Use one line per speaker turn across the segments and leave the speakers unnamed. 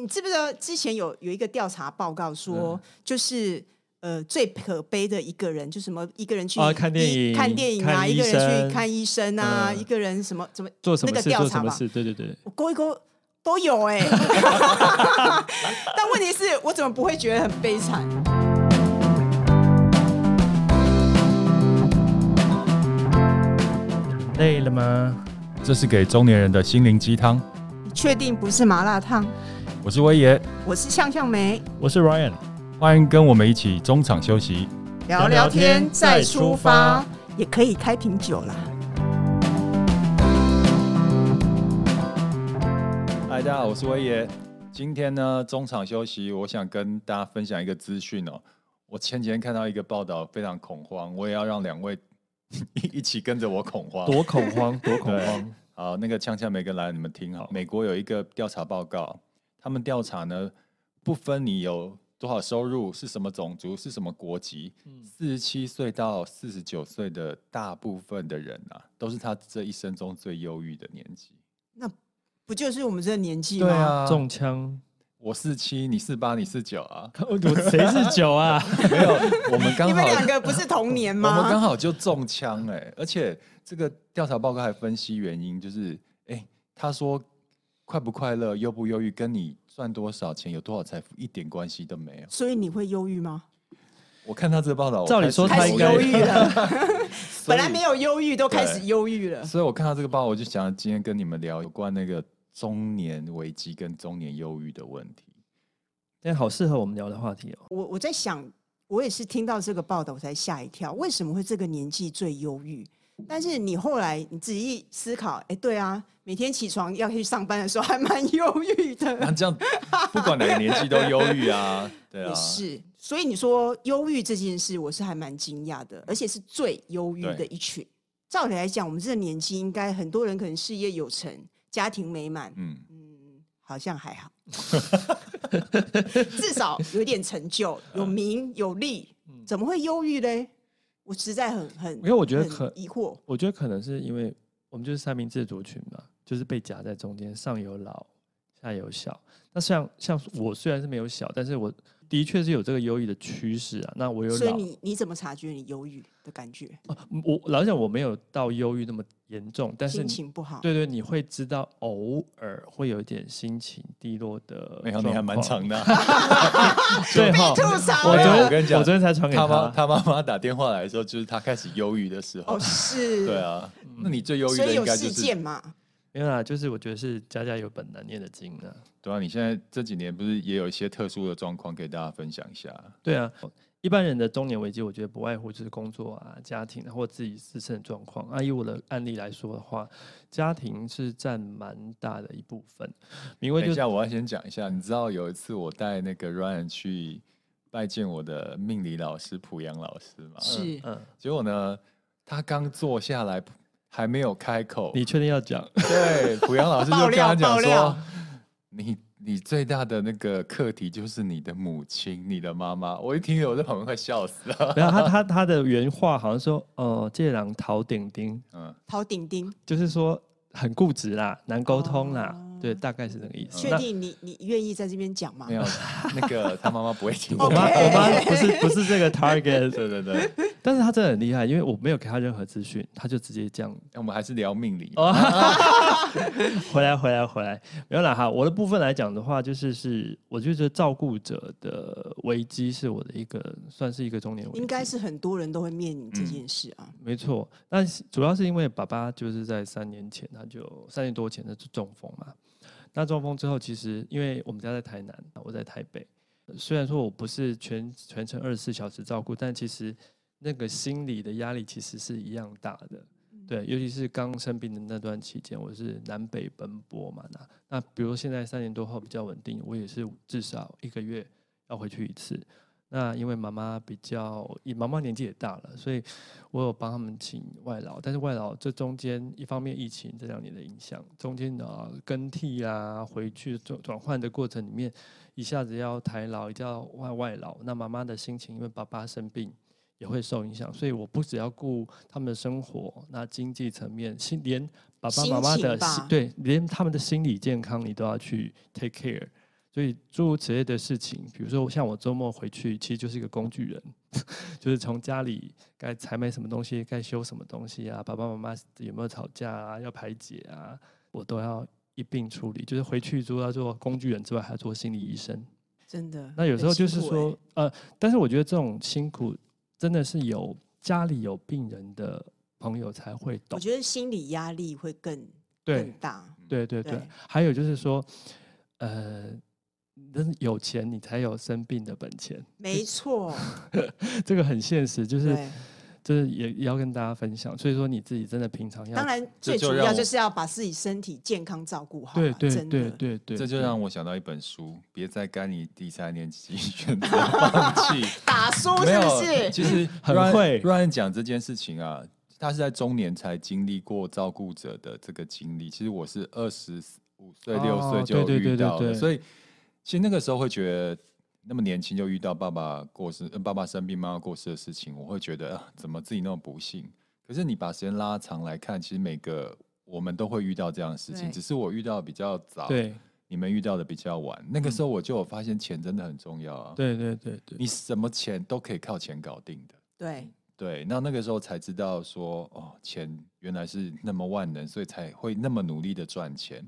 你知不知道之前有有一个调查报告
嗯
说，就是呃最可悲的一个人，就什么一个人去
啊看电
医
影
看电影啊，
看
一个
医
人去
生
看医生啊，
嗯
一个人什么怎么
做什
那
么
个
事
调
做什
查
么
吧，
事，对对对，
我勾一勾都有 哎、但问题是我怎么不会觉得很悲惨？
累了吗？
这是给中年人的心灵鸡汤。
你确定不是麻辣烫？
我是威爷，
我是向向梅，
我是 Ryan，
欢迎跟我们一起中场休息。
聊
聊
聊
天
天再
再出
出发
发，
也可以开瓶酒啦。
嗨，大家好，我是威爷。今天呢，中场休息，我想跟大家分享一个资讯哦。我前几天看到一个报道，非常恐慌，我也要让两位 一起跟着我恐慌。
多恐 慌，多恐
对
慌，
好，那个锵锵梅根来，你们听好。美国有一个调查报告，他们调查呢，不分你有多少收入，是什么种族，是什么国籍，四十七岁到四十九岁的大部分的人啊，都是他这一生中最忧郁的年纪。
不就是我们这个年纪吗？
对啊，
中 枪，，
我四七，你四八，你四九啊
我谁是酒啊？
没有，我们
你
刚
们
好
两个不是同年
我们刚
吗？
好就中枪哎、而且这个调查报告还分析原因，就是哎、他说快不快乐、忧不忧郁，跟你赚多少钱、有多少财富一点关系都没有。
所以你会忧郁吗？
我看到这个报道，我
照理
开始
说
开
他
始
应该
忧郁了，
所
本
以
来没有忧郁，都开始
对
忧郁了。
所以我看到这个报道，我就想今天跟你们聊有关那个中年危机跟中年忧郁的问题。
但哎好适合我们聊的话题哦。
我我在想，我也是听到这个报道我才吓一跳，为什么会这个年纪最忧郁？但是你后来你仔细思考，哎、对啊，每天起床要去上班的时候还蛮忧郁
那
的，
这样不管哪个年纪都忧郁啊，对啊
也，是。所以你说忧郁这件事，我是还蛮惊讶的，而且是最忧郁的
对
一群。照理来讲，我们这个年纪应该很多人可能事业有成，家庭美满，
嗯，
好像还 好，至少有点成就，有名有利，
嗯
怎么会忧郁嘞？我实在很很，
因为我觉得
很
可
疑惑，
我觉得可能是因为我们就是三明治族群嘛，就是被夹在中间，上有老，下有小。那像像我虽然是没有小，但是我的确是有这个忧郁的趋势啊。那我有
所以
老，
你你怎么察觉你忧郁的感觉？
我老实讲我没有到忧郁那么严重，但是
心
你
情不好，
对对，你会知道偶尔会有一点心情低落的。
没有，你还蛮长，的啊。
对哈。
吐槽
我
没
昨天
有
了
我跟你讲
我昨天才传给
他妈
他。
他妈妈打电话来的时候，就是他开始忧郁的时候
哦，。是，
对，啊，那你最忧郁
嗯所
的
以
应
有
该
事
就是啊
件嘛，
没有啦，就是我觉得是家家有本难念的经啊。
对啊，你现在这几年不是也有一些特殊的状况，给大家分享一下？
对啊，一般人的中年危机，我觉得不外乎就是工作啊、家庭啊，或自己自身的状况。啊，以我的案例来说的话，家庭是占蛮大的一部分，因为
等
就是
一下，我要先讲一下，你知道有一次我带那个 Ryan 去拜见我的命理老师濮阳老师嘛，
是
嗯，
结果呢，他刚坐下来，还没有开口，
你确定要讲？
对濮阳老师
爆
就跟
料
他讲
爆料
说，你你最大的那个课题就是你的母亲，你的妈妈。我一听，我在旁边快笑死了。
然后他他他的原话好像说，呃，借狼逃顶顶，
嗯，
陶顶顶，
就是说很固执啦，难沟通啦，对，大概是这个意思。
哦确
那
定你你愿意在这边讲吗
没？有，那个他妈妈不会听
我妈
OK
我妈不是不是这个 target，
对对对，
但是她真的很厉害，因为我没有给她任何资讯，她就直接这样
我们还是聊命理。
回来回来回来，没有啦哈。我的部分来讲的话，就是是我就觉得照顾者的危机是我的一个算是一个中年危机，
应该是很多人都会面临这件事啊。
没错。但是主要是因为爸爸就是在三年前他就三年多前他就中风嘛，那中风之后，其实因为我们家在台南，我在台北，虽然说我不是全全程二十四小时照顾，但其实那个心理的压力其实是一样大的。对，尤其是刚生病的那段期间，我是南北奔波嘛，那那比如现在三年多后比较稳定，我也是至少一个月要回去一次。那因为妈妈比较，也妈妈年纪也大了，所以我有帮他们请外劳，但是外劳这中间一方面疫情这两年的影响，中间啊更替啊回去转转换的过程里面，一下子要台劳，一下要外外劳，那妈妈的心情因为爸爸生病也会受影响，所以我不只要顾他们的生活，那经济层面，心连爸爸妈妈
心情
的
吧
心对，连他们的心理健康你都要去 take care。所以诸如此类的事情，比如说像我周末回去，其实就是一个工具人， 就是从家里该采买什么东西，该修什么东西啊，爸爸妈妈有没有吵架啊，要排解啊，我都要一并处理。就是回去除了要做工具人之外，还要做心理医生。
真的。
那有时
很
候就
辛
是
苦
说，
欸，
呃，但是我觉得这种辛苦真的是有家里有病人的朋友才会
我
懂。
觉得心理压力会更更
对
大。
对对对
嗯对，
还有就是说，呃，人有钱你才有生病的本钱，
没错，
这个很现实，就是
对，
就是也也要跟大家分享。所以说你自己真的平常要
当然最
就
主
让
要
我
就是要把自己身体健康照顾好
对
啦。
对
真
对
的，
对对，
这就
对
让我想到一本书，别再干你第三年级选择放弃。
打输
没
哦是不
有，
是？
其实
很
乱
会
乱讲这件事情啊，他是在中年才经历过照顾者的这个经历。其实我是二十五岁、
哦
六岁就
对对对
遇到
对
了，
对
所以其实那个时候会觉得。那么年轻就遇到爸爸过世、呃爸爸生病、妈妈过世的事情，我会觉得、啊怎么自己那么不幸？可是你把时间拉长来看，其实每个我们都会遇到这样的事情，
对
只是我遇到比较早，
对嗯
你们遇到的比较晚。那个时候我就有发现，钱真的很重要啊。
对对对对，
你什么钱都可以靠钱搞定的。
对，
对，那那个时候才知道说，哦，钱原来是那么万能，所以才会那么努力的赚钱。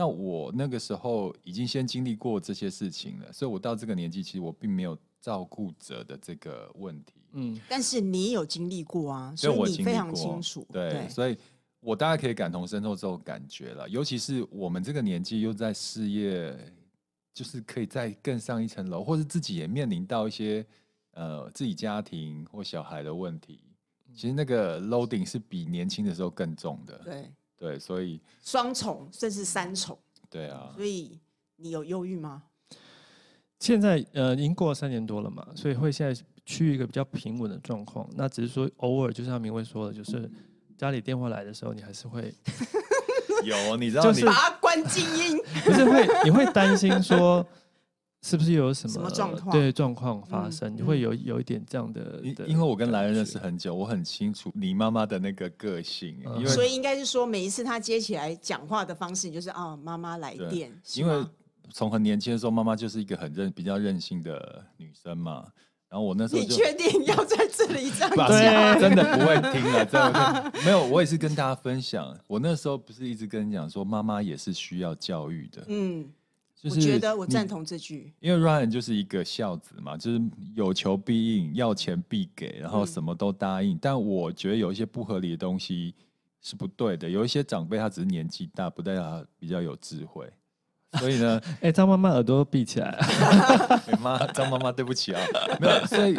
那我那个时候已经先经历过这些事情了，所以我到这个年纪，其实我并没有照顾者的这个问题，
嗯，
但是你有经历过啊，所
因为我
以你
经历
非常
过
清楚。
对，所以我大概可以感同身受这种感觉了。尤其是我们这个年纪，又在事业，就是可以再更上一层楼，或是自己也面临到一些呃自己家庭或小孩的问题。
嗯
其实那个 loading 是比年轻的时候更重的，
对，
对，所以
双重甚至三重，
对啊，
所以你有忧郁吗？
现在呃，已经过了三年多了嘛，所以会现在趋于一个比较平稳的状况。那只是说偶尔，就像明慧说的，就是家里电话来的时候，你还是会
有哦 你知道
就
你、
是
把它关静音，
不是会你会担心说，是不是有什么
什么状况
对状况发生，
嗯
你会有有一点这样的
因
的
因为我跟
感
兰人认
觉
识很久，我很清楚你妈妈的那个个性，
嗯
因
所
为
以应该是说每一次他接起来讲话的方式，你就是啊，妈妈来
对
电，是
因为
吗
从很年轻的时候，妈妈就是一个很任比较任性的女生嘛。然后我那时候
你
就
确定要在这里这样
不
讲？
对
真的不会听了，真的不会 没有。我也是跟大家分享，我那时候不是一直跟你讲说，妈妈也是需要教育的，
嗯，
就是
我觉得我
你
赞同这句，
因为 Ryan 就是一个孝子嘛，就是有求必应，要钱必给，然后
嗯
什么都答应。但我觉得有一些不合理的东西是不对的，有一些长辈他只是年纪大，不代表他比较有智慧。所以呢，
哎，张妈妈耳朵闭起来了，
哎妈，张妈妈，对不起啊， 没有，所以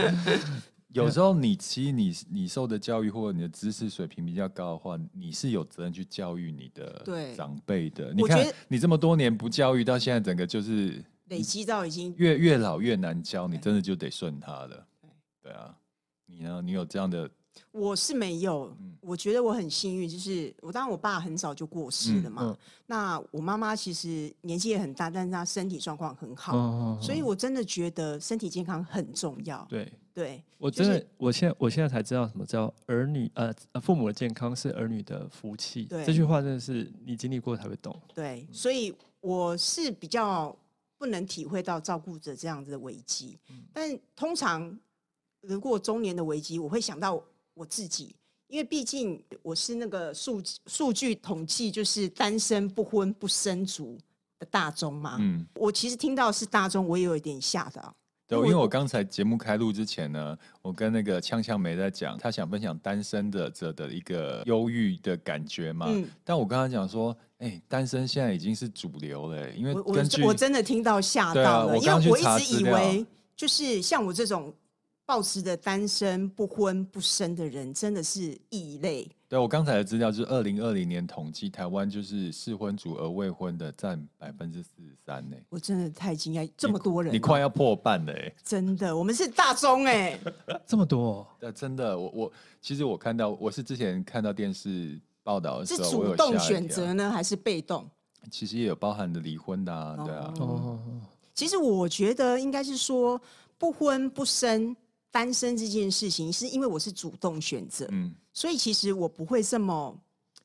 有时候你其实你你受的教育或者你的知识水平比较高的话，你是有责任去教育你的
对
长辈的。你
我觉
看
得
你这么多年不教育，到现在整个就是
累积到已经
越越老越难教，你
对
真的就得顺他了
对。
对啊，你呢？你有这样的
我是没有
嗯，
我觉得我很幸运，就是我当然我爸很早就过世了嘛，
嗯嗯
那我妈妈其实年纪也很大，但是她身体状况很好，
嗯嗯
所以
嗯
我真的觉得身体健康很重要。
对。
对，
我
就
真
是
的，我现在我现在才知道什么叫儿女呃呃父母的健康是儿女的福气，
对
这句话真的是你经历过才会懂。
对，所以我是比较不能体会到照顾者这样子的危机。
嗯
但通常如果中年的危机，我会想到我自己，因为毕竟我是那个数数据统计，就是单身不婚不生族的大众嘛。
嗯？
我其实听到是大众，我也有一点吓到。
对，
因
因
为
为我刚才节目开录之前呢，我跟那个呛呛梅在讲，她想分享单身的者的一个忧郁的感觉嘛。
嗯，
但我跟他讲说，哎、单身现在已经是主流了、欸因为
我
根
我
据
我真的听到吓
对啊
到了，
我
因
刚
为
去
我
查
一直
资
以
料
为就是像我这种抱持着单身不婚不生的人，真的是异类。
对我刚才的资料就是二零二零年统计，台湾就是适婚族而未婚的占百分之四十三呢，
我真的太惊讶，这么多人哦、
你快要破半了哎、
真的，我们是大中哎、
这么多哦、
呃，真的，我我其实我看到我是之前看到电视报道的
是
时候，
主
我有
动
吓一
选
跳
择，呢，还是被动？
其实也有包含的离婚的、啊，对啊，
哦
哦，
其实我觉得应该是说不婚不生。单身这件事情，是因为我是主动选择，
嗯，
所以其实我不会这么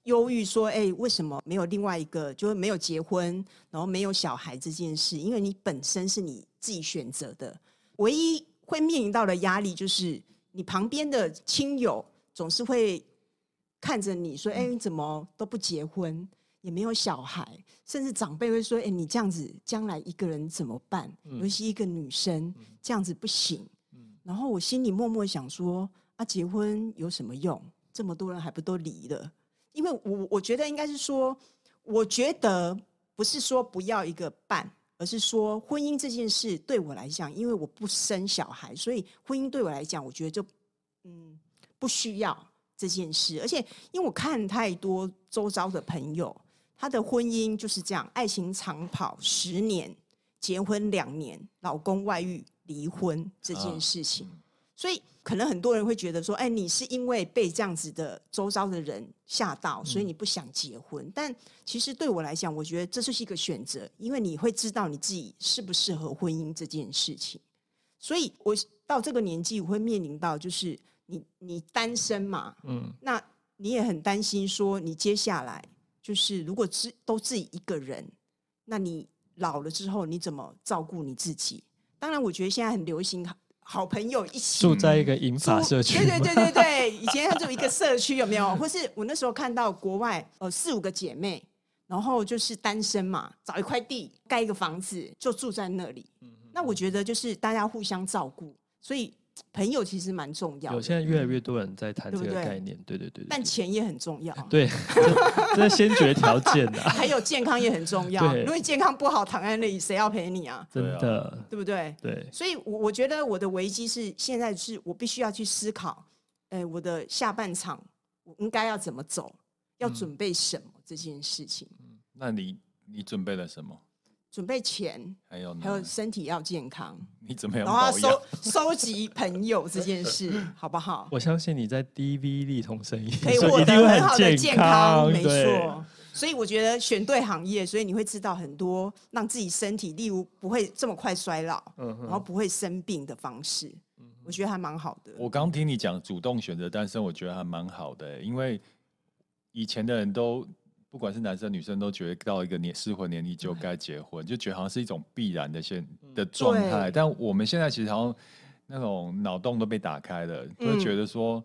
忧郁说，哎、为什么没有另外一个，就是没有结婚，然后没有小孩这件事？因为你本身是你自己选择的，唯一会面临到的压力就是你旁边的亲友总是会看着你说，哎、你怎么都不结婚，也没有小孩，甚至长辈会说，哎、你这样子将来一个人怎么办？尤其一个女生这样子不行。然后我心里默默想说，啊，结婚有什么用？这么多人还不都离了？因为我我觉得应该是说，我觉得不是说不要一个伴，而是说婚姻这件事对我来讲，因为我不生小孩，所以婚姻对我来讲，我觉得就嗯不需要这件事。而且因为我看太多周遭的朋友，他的婚姻就是这样，爱情长跑十年，结婚两年，老公外遇离婚这件
啊
事情。所以可能很多人会觉得说，哎，你是因为被这样子的周遭的人吓到，所以你不想结婚。但其实对我来讲，我觉得这就是一个选择，因为你会知道你自己适不适合婚姻这件事情。所以我到这个年纪，我会面临到就是你你单身嘛，
嗯，
那你也很担心说你接下来就是如果自都自己一个人，那你老了之后你怎么照顾你自己？当然，我觉得现在很流行好好朋友一起
住在一个银发社
嗯
区，
对对对对对，以前它只有一个社区，有没有？ 或是我那时候看到国外呃四五个姐妹，然后就是单身嘛，找一块地盖一个房子就住在那里。
嗯
那我觉得就是大家互相照顾，所以朋友其实蛮重要
有
的，
现在越来越多人在谈这
对不
个
对
概念，对对对对
但
对
钱也很重要。
对， 这这是先决条件啊，
还有健康也很重要，
对
如果你健康不好，躺在那里谁要陪你啊？
真
对啊
的，
对不对？
对，
所以我，我觉得我的危机是现在是我必须要去思考，呃，我的下半场我应该要怎么走，要准备什么这件事情，
那你你准备了什么？
准备钱，
还有呢？
还有身体要健康，
你怎么样
然后要
嗯保养
收？收集朋友这件事，好不好？
我相信你在 DV 力同声音，
可以
所
获
一
得
定会
很好的
很
健
康，
没
对
错。所以我觉得选对行业，所以你会知道很多让自己身体，例如不会这么快衰老，
嗯
然后不会生病的方式，我觉得还蛮好的。
我刚听你讲主动选择单身，我觉得还蛮好的欸、因为以前的人都不管是男生女生都觉得到一个年适婚年龄就该结婚，就觉得好像是一种必然的现的状态。
对
但我们现在其实好像那种脑洞都被打开了，就会觉得说。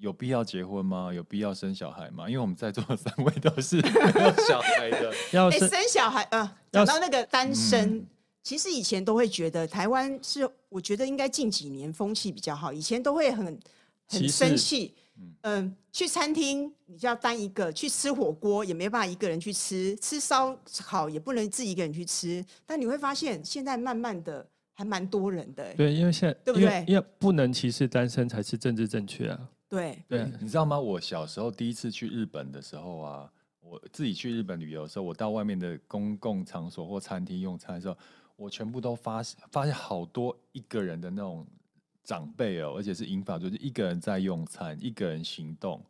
有必要结婚吗？有必要生小孩吗？因为我们在座的三位都是没有小孩的，
要
哎、
是
生小孩啊，
要
讲
是
到那个单身，
嗯
其实以前都会觉得台湾是，我觉得应该近几年风气比较好，以前都会很
歧
很
视
生气。嗯，去餐厅你就要单一个，去吃火锅也没办法一个人去吃，吃烧烤也不能自己一个人去吃。但你会发现，现在慢慢的还蛮多人的、欸
对，因为现在
对不
因为
对
因为不能歧视单身才是政治正确啊，
对，
对
你知道吗？我小时候第一次去日本的时候啊，我自己去日本旅游的时候，我到外面的公共场所或餐厅用餐的时候，我全部都发现发现好多一个人的那种长辈哦，而且是银发，就是一个人在用餐，一个人行动。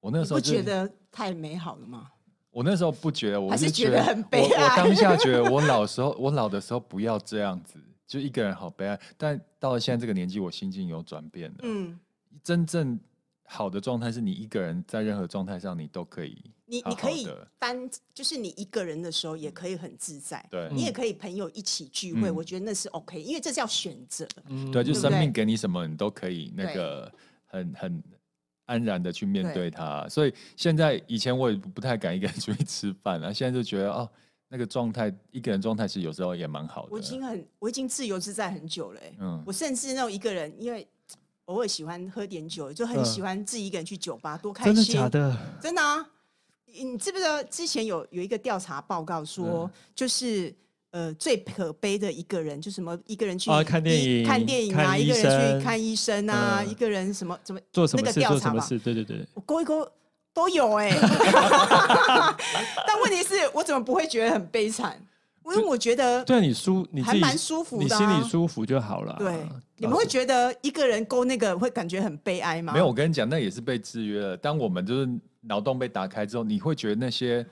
我那
你
时
不
候就
觉得太美好了吗？
我那时候不觉得，我
还是
觉
觉得很悲
我我
哀
当下觉 得我老时候，我老的时候不要这样子，就一个人好悲哀。但到了现在这个年纪，我心境有转变了。
嗯，
真正好的状态是你一个人在任何状态上你都可以
你
好
你
好
可以
的
单，就是你一个人的时候也可以很自在。
对、
你也
嗯
可以朋友一起聚会，
嗯
我觉得那是 OK，因为这叫选择。
对，就
对不
嗯
生
对
命给你什么，你都可以那
对
个很很安然的去面
对
对它。所以现在以前我也不太敢一个人出去吃饭了、现在就觉得哦，那个状态一个人状态其实有时候也蛮好的。
我已经很，我已经自由自在很久了、欸。
嗯
我甚至那种一个人，因为偶尔喜欢喝点酒，就很
嗯
喜欢自己一个人去酒吧，多开
真
心！
的假的？
真的啊！你知不知道之前有有一个调查报告说，
嗯
就是呃最可悲的一个人，就什么一个人去
啊看电
医
影
看电影啊，
看医
一个人
生
去看医生啊，
嗯
一个人什么怎么
做什
那
么
个
事？
调
做什
查
么
吧，
事？对对对，
我勾一勾都有哎、 但问题是我怎么不会觉得很悲惨？因为我觉得
对啊，你舒你自
还
己
蛮舒服
你
的、
心
啊
里。舒服啊就好了。
对，你们会觉得一个人勾那个会感觉很悲哀吗？
没有，，我跟你讲，那也是被制约了。当我们就是脑洞被打开之后，你会觉得那些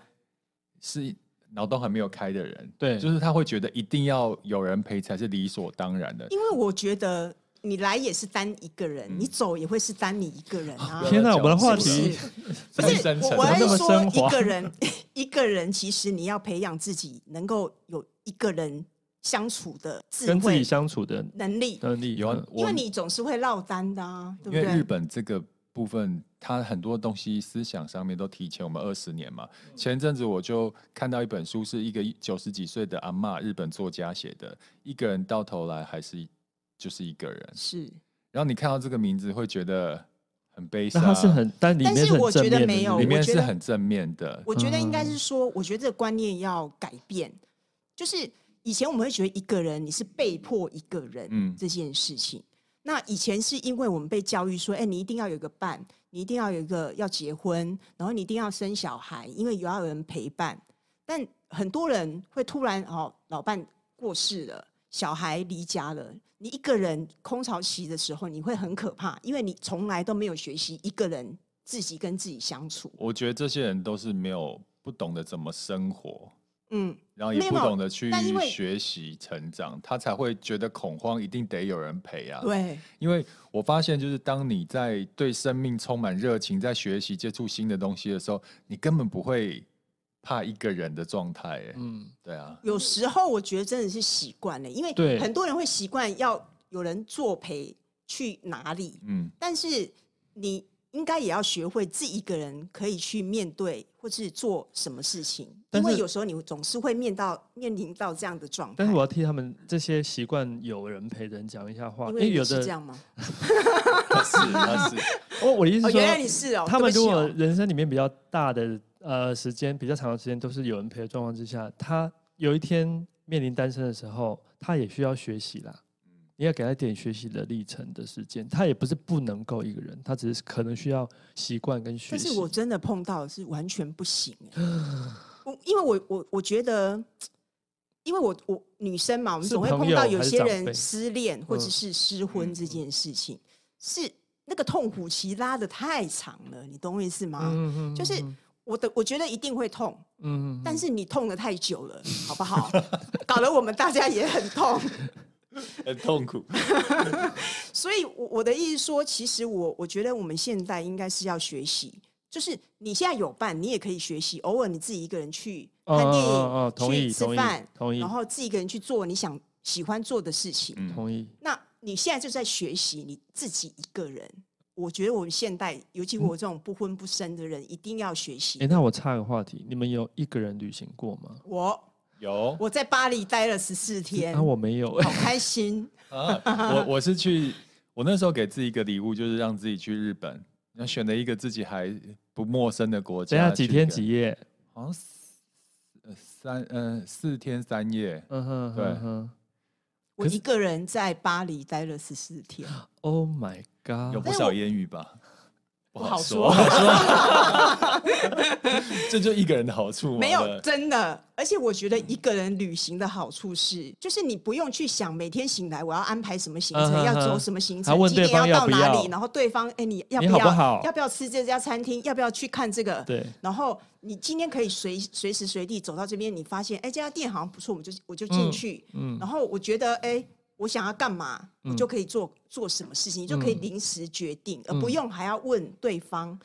是脑洞还没有开的人，
对
就是他会觉得一定要有人陪才是理所当然的。
因为我觉得你来也是单一个人，你走也会是单你一个人啊。
嗯天哪，我们的话
不是
题
不
这么
是
深
我，
沉
我
怎么那
要
么
说
升华
一个人， 一个人其实你要培养自己能够有一个人相处的智
跟自己
慧
相处的
能力，
能力
有
嗯
啊
因
我
为你总是会落单的啊，对
因
不
为日
对？
本这个部分，它很多东西思想上面都提前我们二十年嘛。
嗯
前阵子我就看到一本书，是一个九十几岁的阿嬷，日本作家写的，一个人到头来还是就是一个人。
是，
然后你看到这个名字，会觉得很悲
那
伤，
它是很，但里
但
面
是
很
我
正
觉得
面的，嗯
没有
里
里
我
面
面
觉
是
得
很正面的。
我觉得应该是说，我觉得这个观念要改变，就是以前我们会觉得一个人你是被迫一个人，
嗯
这件事情。那以前是因为我们被教育说，哎、你一定要有一个伴，你一定要有一个要结婚，然后你一定要生小孩，因为有要有人陪伴。但很多人会突然哦，老伴过世了，小孩离家了，你一个人空巢期的时候，你会很可怕，因为你从来都没有学习一个人自己跟自己相处。
我觉得这些人都是没有不懂得怎么生活，
嗯，
然后也
没有
不懂得去
但因为
学习成长，他才会觉得恐慌，一定得有人陪啊。
对。
因为我发现，就是当你在对生命充满热情，在学习、接触新的东西的时候，你根本不会怕一个人的状态。哎，
嗯，
对啊，
有时候我觉得真的是习惯了，因
对
为很多人会习惯要有人作陪去哪里，
嗯，
但是你应该也要学会自己一个人可以去面对或是做什么事情，
但
因
是
为有时候你总是会面到面临到这样的状态
但是。我要替他们这些习惯有人陪的人讲一下话，
因
因
为
为有
你是这
的
样吗？
他是他是，
哦，我的意思
哦，
是说
原，来你是哦。
他们
对
如
不起
果
哦
人生里面比较大的呃时间比较长的时间都是有人陪的状况之下，他有一天面临单身的时候，他也需要学习啦。你要给他一点学习的历程的时间，他也不是不能够一个人，他只是可能需要习惯跟学
但
习。
是我真的碰到的是完全不行欸、我因为我我我觉得，因为我我女生嘛，我们
是
总会
朋
碰
友
到有
还是
些
长辈
人失恋或者
嗯
是失婚这件事情，是那个痛苦期拉的太长了，你懂我意思吗？
嗯
啊就是我的我觉得一定会痛，
嗯
但是你痛的太久 了，好不好？搞得我们大家也很痛。
很痛苦。
所以，我我的意思说，其实我我觉得我们现在应该是要学习，就是你现在有伴，你也可以学习，偶尔你自己一个人去看电影、
哦同意
去吃
同意
饭，
同意
然后自己一个人去做你想喜欢做的事情。
嗯，
同意。
那你现在就在学习你自己一个人。我觉得我们现代，尤其我这种不婚不生的人，一定要学习。
哎、那我插个话题，你们有一个人旅行过吗？
我
有
我在巴黎待了十四天，
啊，我没有、
好开心。
啊，我我是去，我那时候给自己一个礼物，就是让自己去日本，然后选了一个自己还不陌生的国家。
等一下几天
去一
几夜？
个？好像四呃三嗯、四天三夜。
嗯哼，
对
嗯哼
我一个人在巴黎待了十四天，
，Oh my
有
god！
不少烟雨吧？不
哎好
说，
说
不好说这就一个人的好处嘛。
没
对
有，真的。而且我觉得一个人旅行的好处是，就是你不用去想每天醒来我要安排什么行程，
嗯哼
要
哼
走什么行
还
程，
问
几
对
点
方要
到
不
哪
要
里，然后对方哎、你要
你
要
好不好
要不要吃这家餐厅，要不要去看这个？
对，
然后你今天可以随随时随地走到这边，你发现哎、这家店好像不错，我就我就进去。
嗯
然后我觉得哎、我想要干嘛，我就可以做做什么事情，你就可以
嗯
临时决定，而不用还要问对方。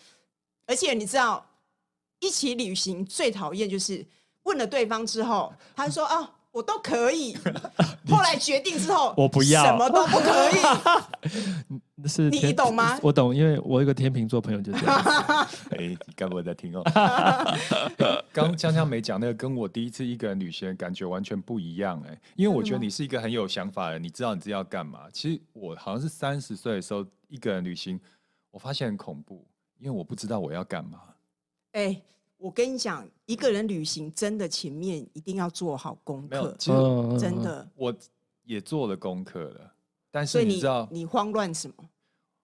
而且你知道，一起旅行最讨厌就是问了对方之后，他说啊。我都可以， 后来决定之后，
我不要
什么都不可 以。
那是
你
天
懂 吗
我懂，因为我有一个天秤座朋友 就这样。
哎、你该不会在听哦？ 刚江江没讲那个，跟我第一次一个人旅行的感觉完全不一样哎、因为我觉得你是一个很有想法的人，你知道你自己要干嘛。其实我好像是三十岁的时候一个人旅行，我发现很恐怖，因为我不知道我要干嘛。
哎、我跟你讲，一个人旅行真的前面一定要做好功
没有
课，
其实
嗯，
真的。
我也做了功课了，但
所
是
以
你
你
知道，
你慌乱什么？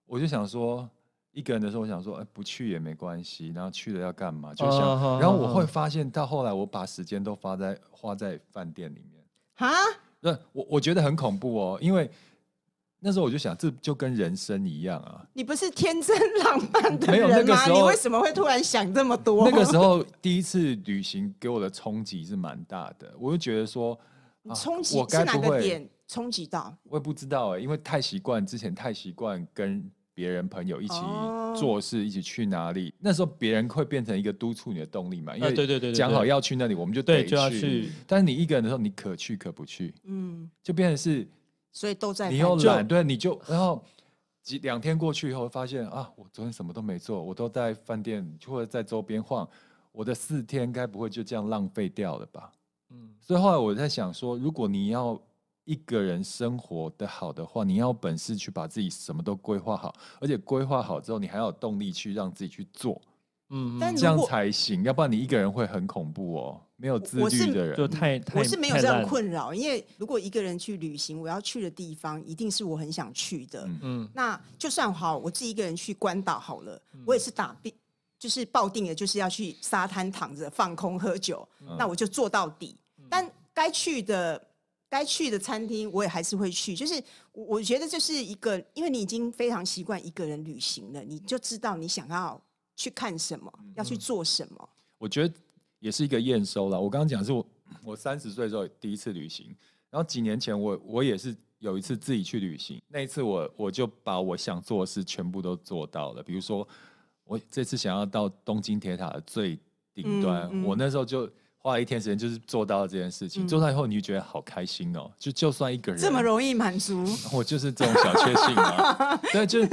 我就想说，一个人的时候，我想说，哎、不去也没关系。然后去了要干嘛？就想，
哦
然后我会发现，到后来我把时间都花在花在饭店里面。
哈，
那我我觉得很恐怖哦，因为那时候我就想，这就跟人生一样啊。
你不是天真浪漫的
没有
人吗？
那个时候
你为什么会突然想这么多？
那个时候第一次旅行给我的冲击是蛮大的，我就觉得说，啊
你冲击
我
是
该
哪
不
个
会
点冲击到？
我也不知道哎、因为太习惯之前太习惯跟别人朋友一起
哦
做事，一起去哪里，那时候别人会变成一个督促你的动力嘛，因
啊 对
为
对对，对
讲好
对
要去那里，我们就
对
得
就要去，
但是你一个人的时候，你可去可不去，
嗯，
就变成是
所以都在反
你又
应
懒，对，你就然后几两天过去以后，发现啊，我昨天什么都没做，我都在饭店或者在周边晃，我的四天该不会就这样浪费掉了吧？
嗯
所以后来我在想说，如果你要一个人生活的好的话，你要有本事去把自己什么都规划好，而且规划好之后，你还要有动力去让自己去做，
嗯，
但
嗯
如
这样
果
才行。要不然你一个人会很恐怖哦，没有自
我是
律的人
就太太
我是没有
太
这样
烂
困扰，因为如果一个人去旅行，我要去的地方一定是我很想去的。
嗯
嗯
那就算好，我自己一个人去关岛好了，我也是打定，就是抱定了，就是要去沙滩躺着放空喝酒，
嗯
那我就做到底。但该去的。该去的餐厅我也还是会去，就是我我觉得这是一个，因为你已经非常习惯一个人旅行了，你就知道你想要去看什么，要去做什么。
我觉得也是一个验收啦。我刚刚讲是我我三十岁的时候第一次旅行，然后几年前我我也是有一次自己去旅行，那一次我我就把我想做的事全部都做到了。比如说，我这次想要到东京铁塔的最顶端，
嗯嗯
我那时候就。花了一天时间，就是做到了这件事情。
嗯
做到以后，你就觉得好开心哦！就就算一个人，
这么容易满足，
我就是这种小确幸 啊，对，就是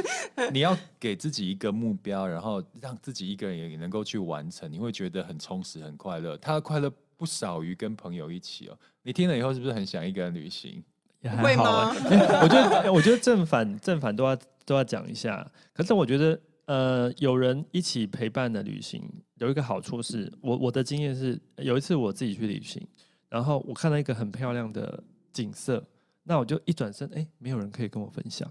你要给自己一个目标，然后让自己一个人也能够去完成，你会觉得很充实、很快乐。他的快乐不少于跟朋友一起哦。你听了以后是不是很想一个人 旅行？
也
会
还好
吗
啊。 我觉得，我觉得正反正反都要都要讲一下。可是我觉得，呃，有人一起陪伴的旅行有一个好处是，我我的经验是，有一次我自己去旅行，然后我看到一个很漂亮的景色，那我就一转身，哎、没有人可以跟我分享，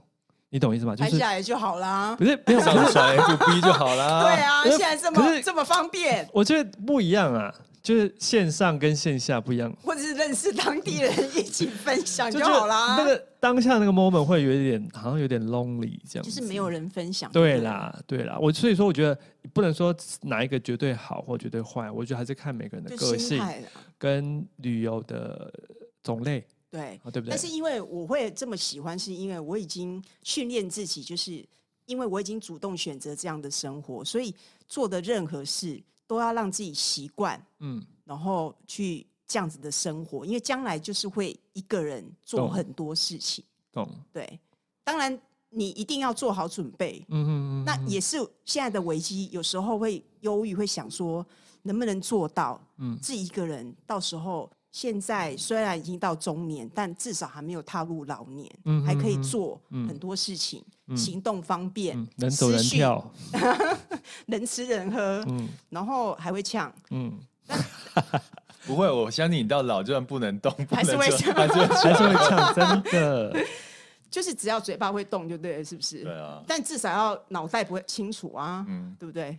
你懂我意思吗？就
拍
是
下来就好啦。
不是没有，
上传 FB 就好啦。
对啊，
可是
现在这
可
么
是
这么方便，
我觉得不一样啊，就是线上跟线下不一样。
或者是认识当地人一起分享就
觉得
好啦。
那个当下那个 moment 会有一点，好像有点 lonely 这样
就
子，
是没有人分享。
对，啦，对啦，我所以说，我觉得不能说哪一个绝对好或绝对坏，我觉得还是看每个人的
就
个
心
性
态啦。
跟旅游的种类，
对，
啊，对不对
但是？因为我会这么喜欢，是因为我已经训练自己，就是因为我已经主动选择这样的生活，所以做的任何事都要让自己习惯，
嗯，
然后去这样子的生活，因为将来就是会一个人做
懂
很多事情。
懂，
对，当然你一定要做好准备，
嗯嗯嗯，
那也是现在的危机，有时候会忧郁，会想说能不能做到？
嗯
嗯，自己一个人到时候现在虽然已经到中年，但至少还没有踏入老年，
嗯
还可以
嗯嗯
做
嗯
很多事情，
嗯
行动方便，
嗯，人走
思
人
绪
跳，
能吃能喝，
嗯
然后还会呛。
嗯，
不会，我相信你到老就算不能动，不
还是
能动
会想
还是会
还是会唱，真的，
就是只要嘴巴会动就对了，是不
对
是？
啊，
但至少要脑袋不会清楚啊，
嗯，
对不对？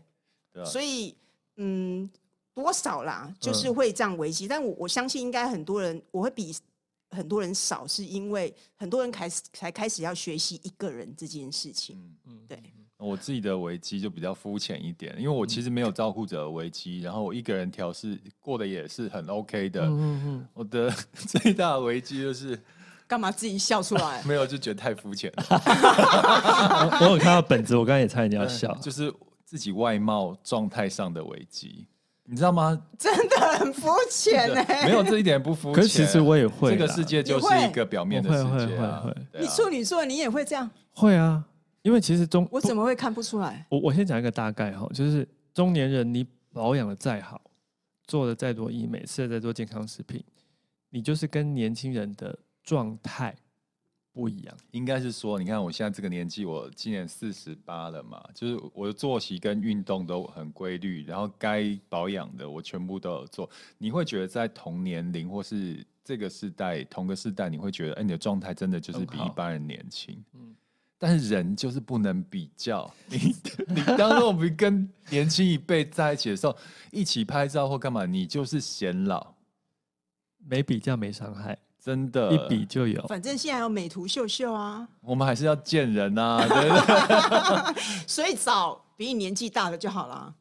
对啊。
所以，嗯，多少啦，就是
嗯
会这样危机。但我我相信，应该很多人，我会比很多人少，是因为很多人开始才开始要学习一个人这件事情。
嗯
对，
我自己的危机就比较肤浅一点，因为我其实没有照顾者的危机，然后我一个人调试过得也是很 OK 的。
嗯嗯嗯，
我的 最大的危机就是
干嘛自己笑出 来？
没有，就觉得太肤浅了，
我我有看到本子，我刚才也差点要笑，
就是自己外貌状态上的危机，你知 道吗？
真的很肤浅欸呢。
没有这一点不肤浅。
可是其实我也会
这个
啦
世界就是一个表面的世
你会会
界啊
会会。
对啊
你处女座，你也会这样？
会啊，因为其实中
我怎么会看不出来？
我我先讲一个大概哈，就是中年人你保养的再好，做的再多医美，吃的再多健康食品，你就是跟年轻人的状态不一样。
应该是说，你看我现在这个年纪，我今年四十八了嘛，就是我的作息跟运动都很规律，然后该保养的我全部都有做。你会觉得在同年龄或是这个世代同个世代，你会觉得，哎、你的状态真的就是比
很好
一般人年轻。
嗯
但是人就是不能比较，你 你当时我们跟年轻一辈在一起的时候，一起拍照或干嘛，你就是显老，
没比较没伤害，
真的。
一比就有。
反正现在有美图秀秀啊，
我们还是要 见人啊，对不对？
所以找比你年纪大的就好啦。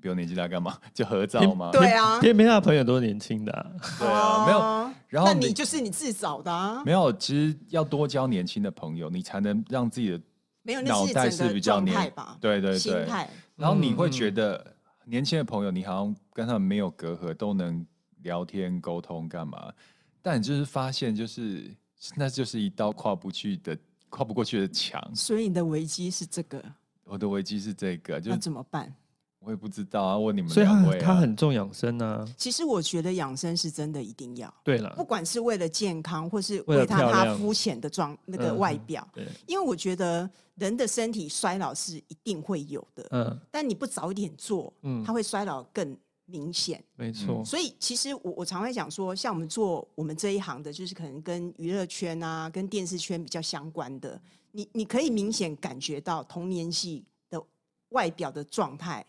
比我年纪大干嘛？就合照吗？
对啊，
偏偏他的朋友都是年轻的、啊，
对啊，没有。
有。
然后
哦那你
你
就是你自找的啊，
没有，其实要多交年轻的朋友，你才能让自己的
没有
脑
那
袋
整
是
个
比较
状
年
态吧，
对对
心
对。
态。
然后你会
嗯
觉得年轻的朋友，你好像跟他们没有隔阂，都能聊天沟通干嘛？但你就是发现，就是那就是一道跨不去的、跨不过去的墙。
所以你的危机是这个，
我的危机是这个，就
那怎么办？
我也不知道啊，问你们
啊所以
两
他
位、啊、
他很重养生啊。
其实我觉得养生是真的一定要，
对
不
了，
管是为了健康，或是
呃为了
为他
漂
他
亮
肤浅的状那个
嗯
外表，
对，
因为我觉得人的身体衰老是一定会有的，
嗯
但你不早点做，
嗯
它，会衰老更明显。
没错，
嗯
所以其实我我常会讲说，像我们做我们这一行的，就是可能跟娱乐圈啊、跟电视圈比较相关的，你你可以明显感觉到童年系的外表的状态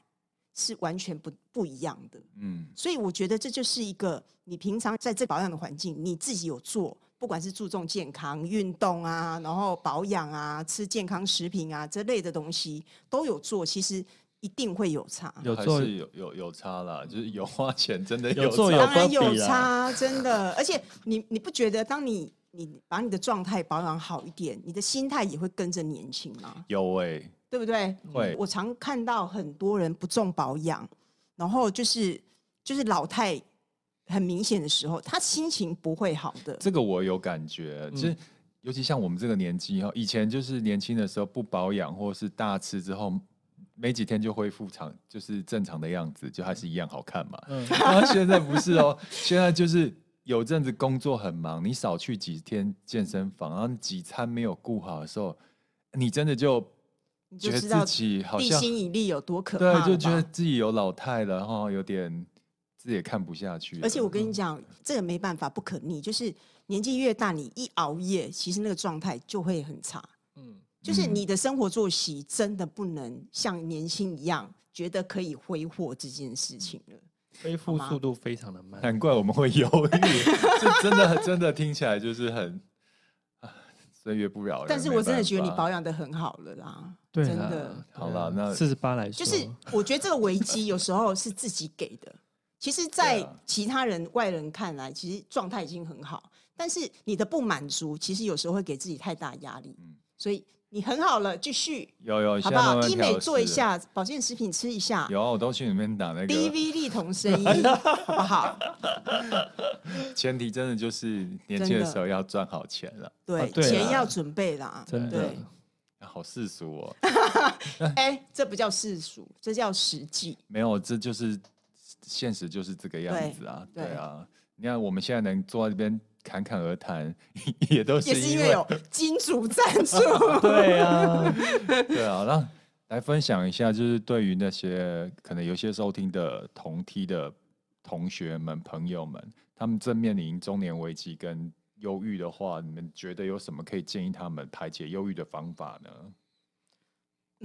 是完全不不一样的。
嗯，
所以我觉得这就是一个你平常在这保养的环境，你自己有做，不管是注重健康、运动啊，然后保养啊、吃健康食品啊这类的东西都有做，其实一定会有差。
有
还
做
是有有有差啦，就是有花钱，真的
有
差
做有
当然
分
有
别啦
差，真的。而且你你不觉得，当你你把你的状态保养好一点，你的心态也会跟着年轻吗？
有哎、
对不对？
会
我常看到很多人不重保养，然后就是就是老态很明显的时候，他心情不会好的。嗯
这个我有感觉，其实尤其像我们这个年纪哈，以前就是年轻的时候不保养或是大吃之后，没几天就恢复常就是正常的样子，就还是一样好看 嘛。
嗯，
然后现在不是哦，现在就是有阵子工作很忙，你少去几天健身房，然后你几餐没有顾好的时候，你真的就
你就
觉得
知道
自己好
地
像
心引力有多可怕了
对，
吧。
就觉得自己有老态了，然后有点自己也看不下去了。
而且我跟你讲，这个没办法，不可逆。就是年纪越大，你一熬夜，其实那个状态就会很差。
嗯
就是
嗯
你的生活作息真的不能像年轻一样，觉得可以挥霍这件事情了。
嗯
恢复速度非常的慢。
难怪我们会犹豫， 这真的真的听起来就是很啊岁月不饶人。
但是我真的觉得你
没办法啊
保养的很好了啦，
对
真
啦
的。
好啦
对啊
那
四十八来
就
说，
是我觉得这个危机有时候是自己给的。其实，在
对啊
其他人、外人看来，其实状态已经很好，但是你的不满足，其实有时候会给自己太大压力。
嗯
所以你很好了，继续
有有，
好
现
不
在慢
好？
慢
医美
调
做一
试了，
下，保健食品吃一下
有啊，我都去里面打那
，DV
个，
力同 声音，好不好？
前提真的就是年轻的时候要赚好钱了。
对，
啊对
钱
啦
要准备啦。
真的
对，
啊好世俗哦，
哎，这不叫世俗，这叫实际。
没有，这就是现实，就是这个样子啊，
对
对
对
啊。你看我们现在能坐在这边侃侃而谈， 也都
也
是
是因
因
为有金主赞 助，
对啊，
对啊，那来分享一下，就是对于那些可能有些收听的同梯的同学们、朋友们，他们正面临中年危机跟忧郁的话，你们觉得有什么可以建议他们排解忧郁的方法呢？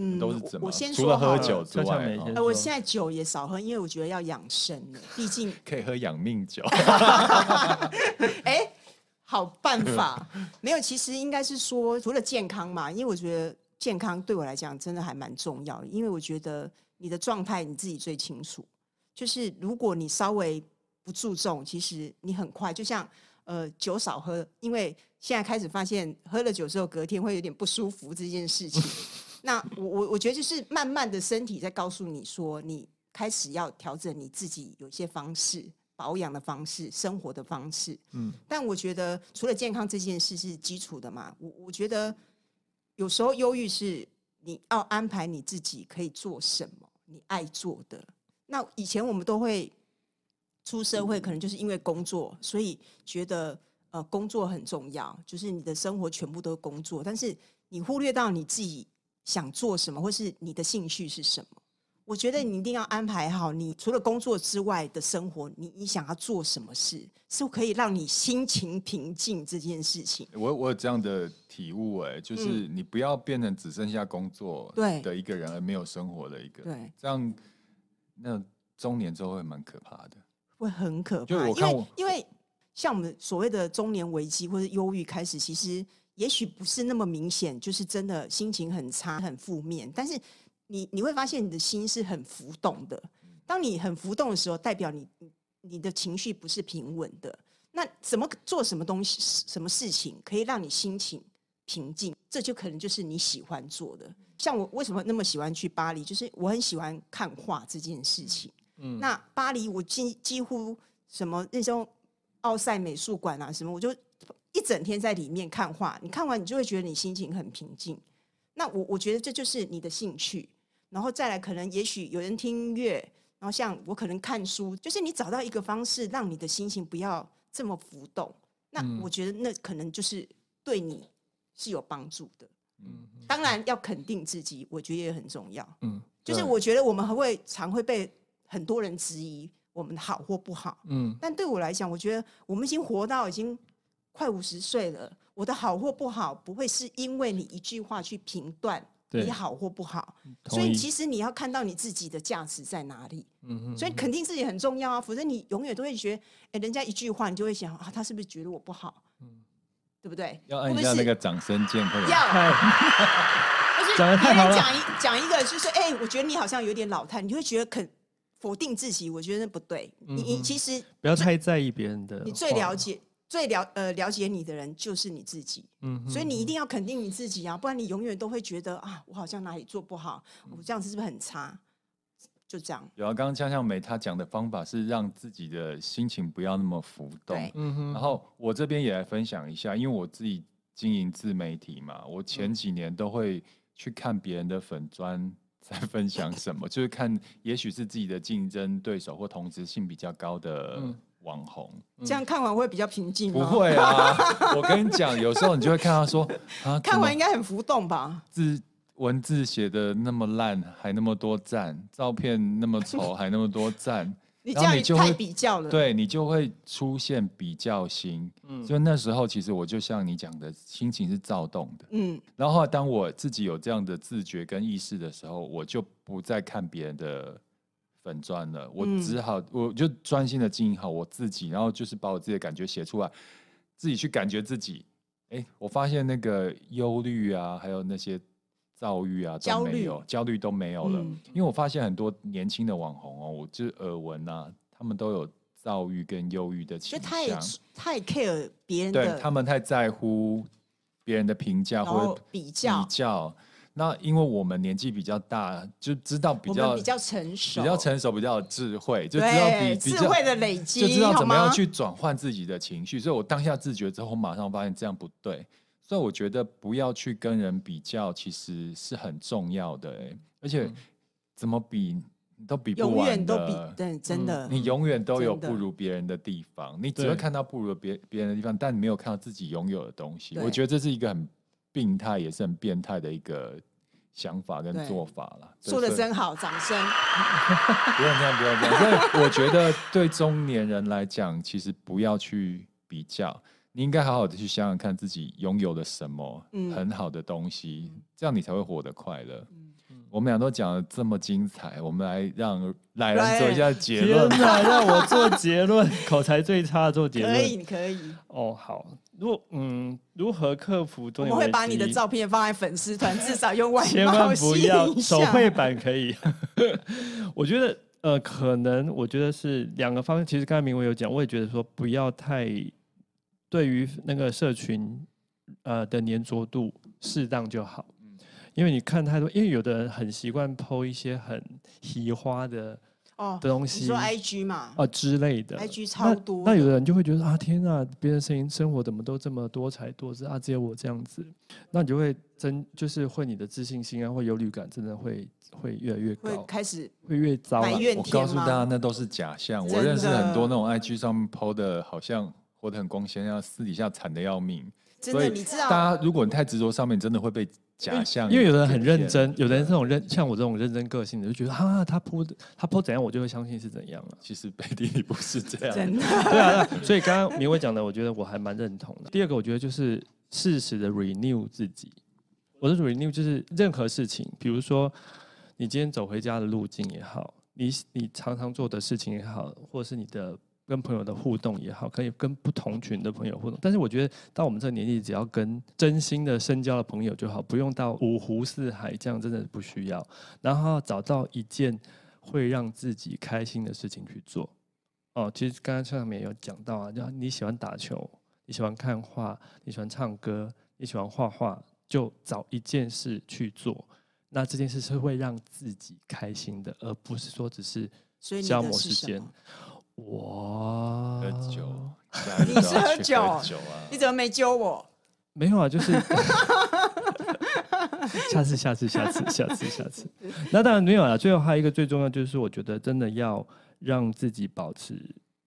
嗯
都是
我
怎么？
我先
除
说
了
好
喝
了
酒之
像像
外
梅，先
哎、
哦
我现在酒也少喝，因为我觉得要养生了。毕竟，
可以喝养命酒。
哎、好办法没有。其实应该是说，除了健康嘛，因为我觉得健康对我来讲真的还蛮重要的。因为我觉得你的状态你自己最清楚。就是如果你稍微不注重，其实你很快就像呃酒少喝，因为现在开始发现喝了酒之后隔天会有点不舒服这件事情。那我我我觉得就是慢慢的身体在告诉你说，你开始要调整你自己有一些方式、保养的方式、生活的方式。
嗯，
但我觉得除了健康这件事是基础的嘛，我我觉得有时候忧郁是你要安排你自己可以做什么，你爱做的。那以前我们都会出社会，可能就是因为工作，所以觉得呃工作很重要，就是你的生活全部都是工作，但是你忽略到你自己想做什么，或是你的兴趣是什么。我觉得你一定要安排好，你除了工作之外的生活，你你想要做什么事，是可以让你心情平静这件事情。
我我有这样的体悟、哎，就是你不要变成只剩下工作
对
的一个人，而没有生活的一个，
对，
这样那中年之后会蛮可怕的。
会很可
就
怕。
我
因
看
为
我
因为像我们所谓的中年危机或者忧郁开始，其实也许不是那么明显，就是真的
嗯
心情很差、很负面，但是你你会发现你的心是很浮动的。当你很浮动的时候，代表你你你的情绪不是平稳的。那怎么做什么东西、什么事情可以让你心情平静？这就可能就是你喜欢做的。像我为什么那么喜欢去巴黎，就是我很喜欢看画这件事情。
嗯
那巴黎我几几乎什么那种奥赛美术馆啊什么，我就一整天在里面看画。你看完，你就会觉得你心情很平静。那我我觉得这就是你的兴趣，然后再来可能也许有人听音乐，然后像我可能看书，就是你找到一个方式，让你的心情不要这么浮动。那
嗯
我觉得那可能就是对你是有帮助的。
嗯
当然要肯定自己，我觉得也很重要。
嗯
就是我觉得我们还会常会被很多人质疑我们好或不好，
嗯
但对我来讲，我觉得我们已经活到已经快五十岁了，我的好或不好不会是因为你一句话去评断
对
你好或不好，所
同
以
意
其实你要看到你自己的价值在哪里，
嗯嗯
所以肯定自己很重要啊，否则你永远都会觉得，哎，人家一句话你就会想啊，他是不是觉得我不好，
嗯
对不对？
要
会
按
不
一
会
下
是
那个掌声键，快 点。
要。
太
不是
讲得太好
别
了
人讲一讲一个，就是哎、我觉得你好像有点老态，你会觉得肯否定自己，我觉得那不对。你
嗯
你
嗯
其实
不要太在意别人的话，
你最了解、最了呃了解你的人就是你自己，
嗯，嗯
所以你一定要肯定你自己啊，不然你永远都会觉得啊，我好像哪里做不好，
嗯
我这样子是不是很差？就这样，
有啊，刚刚江向美她讲的方法是让自己的心情不要那么浮动
对。
嗯哼，
然后我这边也来分享一下，因为我自己经营自媒体嘛，我
嗯
前几年都会去看别人的粉砖在分享什么，就是看也许是自己的竞争对手或同质性比较高的
嗯
网红。
这样看完会比较平静哦
不
吗？，
会啊，我跟你讲，有时候你就会看到说啊，
哦 看
怎么
完应该很浮动吧？
字文字写的那么烂，还那么多赞，照片那么丑，还那么多赞。
你这
然后
样
你
也
就
太
会
比较了，
对你就会出现比较心。
嗯
所以那时候其实我就像你讲的，心情是躁动的。
嗯，
然后后来当我自己有这样的自觉跟意识的时候，我就不再看别人的粉砖了，我
嗯
只好、我就专心的经营好我自己，然后就是把我自己的感觉写出来，自己去感觉自己。哎，我发现那个忧虑啊，还有那些躁郁啊，
焦
都没
虑
有，焦虑都没有了。
嗯
因为我发现很多年轻的网红哦，我就是耳闻啊，他们都有躁郁跟忧郁的
就
倾
太
向，
太 care 别人
对
的，
他们太在乎别人的评价
然
或者
后比
比
较，
较。那因为我们年纪比较大，就知道比
我
较
们比较成熟，
比较成熟，比较有智慧，就知道比
对，
比
智
较
慧的累积，
就知道
好
怎么样
吗
去转换自己的情绪。所以我当下自觉之后，我马上发现这样不对。所以我觉得不要去跟人比较，其实是很重要的、欸。而且怎么比你都比不
嗯永
完
远都
的，嗯
比对，真的，
你永远都有
真的
不如别人的地方，你只
对
会看到不如别别人的地方，但你没有看到自己拥有的东西。
对
我觉得这是一个很病态，也是很变态的一个想法跟
对
做法啦。对
说的
所以
真好，掌声。
不用这样，不用这样。所以我觉得对中年人来讲，其实不要去比较，你应该好好的去想想看自己拥有了什么
嗯
很好的东西，这样你才会活得快乐。
嗯
我们俩都讲的这么精彩，我们来让来人
Ryan，
做一下结
天
论吧。
哪，让我做结论，口才最差的做结
可以，
论。
你可以，
哦，好，如果嗯，如何克服
我
中年
们
危机？
会把你的照片放在粉丝团，至少用外
千
貌
万
吸
不
引
要
一
手
下
绘版可以。我觉得呃，可能我觉得是两个方面。其实刚才明伟有讲，我也觉得说不要太对于那个社群呃的粘着度适当就好。因为你看太多，因为有的人很习惯剖一些很奇花的
哦。
东
你
西
说
啊、
IG 嘛？
之类的
IG
那
超多
那
的
有的人就会觉得啊，天啊，别人生音生活怎么都这么多才多姿啊，只有我这样子，那你就会增，就是会你的自信心啊，或忧虑感，真的会会越来越
会
高，
开始
会越糟
埋
啊。
怨
我
天
告诉大家，
吗？
那都是假象。我
真
认识
的
很多那种 IG 上面 PO 的，好像活得很光鲜，要私底下惨的要命。
真
所
的，
以
你知道，
大家如果你太执着上面，你真的会被假象
因为有的人
给
很认
骗
真，有的人这种认像我这种认真个性的，就觉得啊，他铺的他铺怎样，我就会相信是怎样啊了、
其实背地里不是这样。
真的，
对啊，对啊所以刚刚明伟讲的，我觉得我还蛮认同的。第二个，我觉得就是适时的 renew 自己。我的 renew 就是任何事情，比如说你今天走回家的路径也好，你你常常做的事情也好，或者是你的跟朋友的互动也好，可以跟不同群的朋友互动。但是我觉得到我们这个年纪，只要跟真心的深交的朋友就好，不用到五湖四海这样，真的不需要。然后找到一件。会让自己开心的事情去做。哦，其实刚刚上面有讲到啊，就你喜欢打球，你喜欢看画，你喜欢唱歌，你喜欢画画，就找一件事去做。那这件事是会让自己开心的，而不是说只是
所以你
消
的
磨
是
时
什
间
么。
哇，
喝酒，
哦
你
你
是喝酒
酒啊
你？怎么没揪我？
没有啊，就是 下次，下次，下次，下次，下次。那当然没有啊。最后还有一个最重要，就是我觉得真的要让自己保持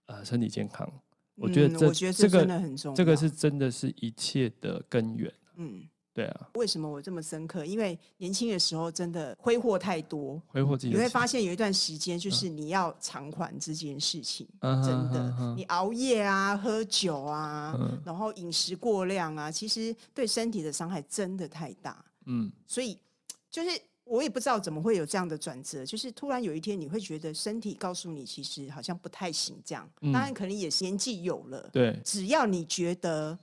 呃身体健康。我觉得
嗯
这、
我觉得
这
这真
个
的很重要。
这个是真的是一切的根源。
嗯，
对啊，
为什么我这么深刻？因为年轻的时候真的挥霍太多，
挥霍自己
你
的
会
钱。
发现有一段时间就是你要偿还这件事情，
嗯
真
哼
的
哼哼，
你熬夜啊、喝酒啊，
嗯
然后饮食过量啊，其实对身体的伤害真的太大。
嗯
所以就是我也不知道怎么会有这样的转折，就是突然有一天你会觉得身体告诉你，其实好像不太行这样。
嗯
当然，可能也是年纪有了，
对，
只要你觉得。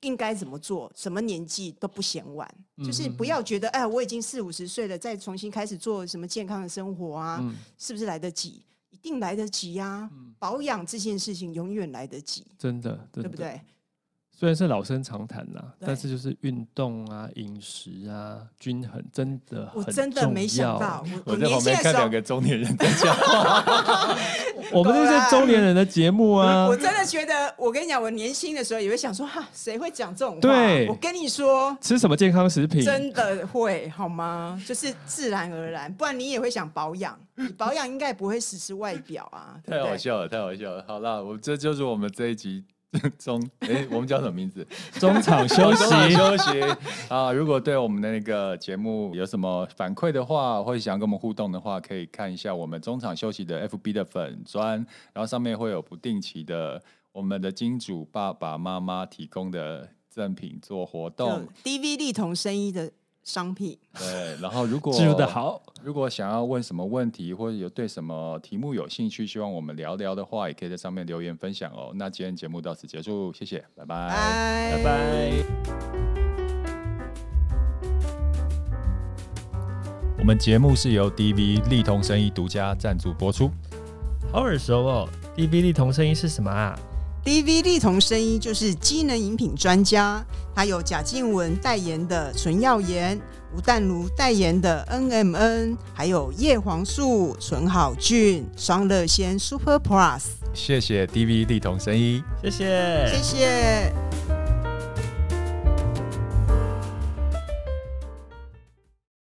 应该怎么做？什么年纪都不嫌晚，就是不要觉得哎，我已经四五十岁了，再重新开始做什么健康的生活啊，
嗯，
是不是来得及？一定来得及呀、啊！保养这件事情永远来得及，
真的，
对
真的
不？对？
虽然是老生常谈啦，
对
但是就是运动啊、饮食啊、均衡，真的
我
很
真的
重
没想
要
到，我
我在
年
旁
轻
边
的
看
时候
两，个中年人在 讲，
我们这是中年人的节目啊
我，真的觉得，我跟你讲，我年轻的时候也会想说，哈，谁会讲这种话？
对
我跟你说，
吃什么健康食品？
真的会好吗？就是自然而然，不然你也会想保养。你保养应该也不会实施外表啊，对
太
不
好
对？
笑了，太好笑了。好啦，我这就是我们这一集中，哎，我们叫什么名字？
中场休 息
中。 场 休息啊！如果对我们的那个节目有什么反馈的话，或者想要跟我们互动的话，可以看一下我们中场休息的 FB 的粉砖，然后上面会有不定期的我们的金主爸爸妈妈提供的赠品做活动
有。DV 力同生意的商品，
对，然后如 果
记录的好，
如果想要问什么问题，或者有对什么题目有兴趣，希望我们聊聊的话，也可以在上面留言分享哦。那今天节目到此结束，谢谢，拜拜。
拜
拜拜。
我们节目是由 DV 力同生意独家赞助播出。
好耳熟哦！DV 力同声音是什么啊？
DV 力同生医就是机能饮品专家，它有贾静雯代言的纯耀颜，吴淡如代言的 NMN，还有叶黄素、纯好菌、双乐仙 Super Plus。
谢谢 DV 力同生意。
谢谢，
谢谢。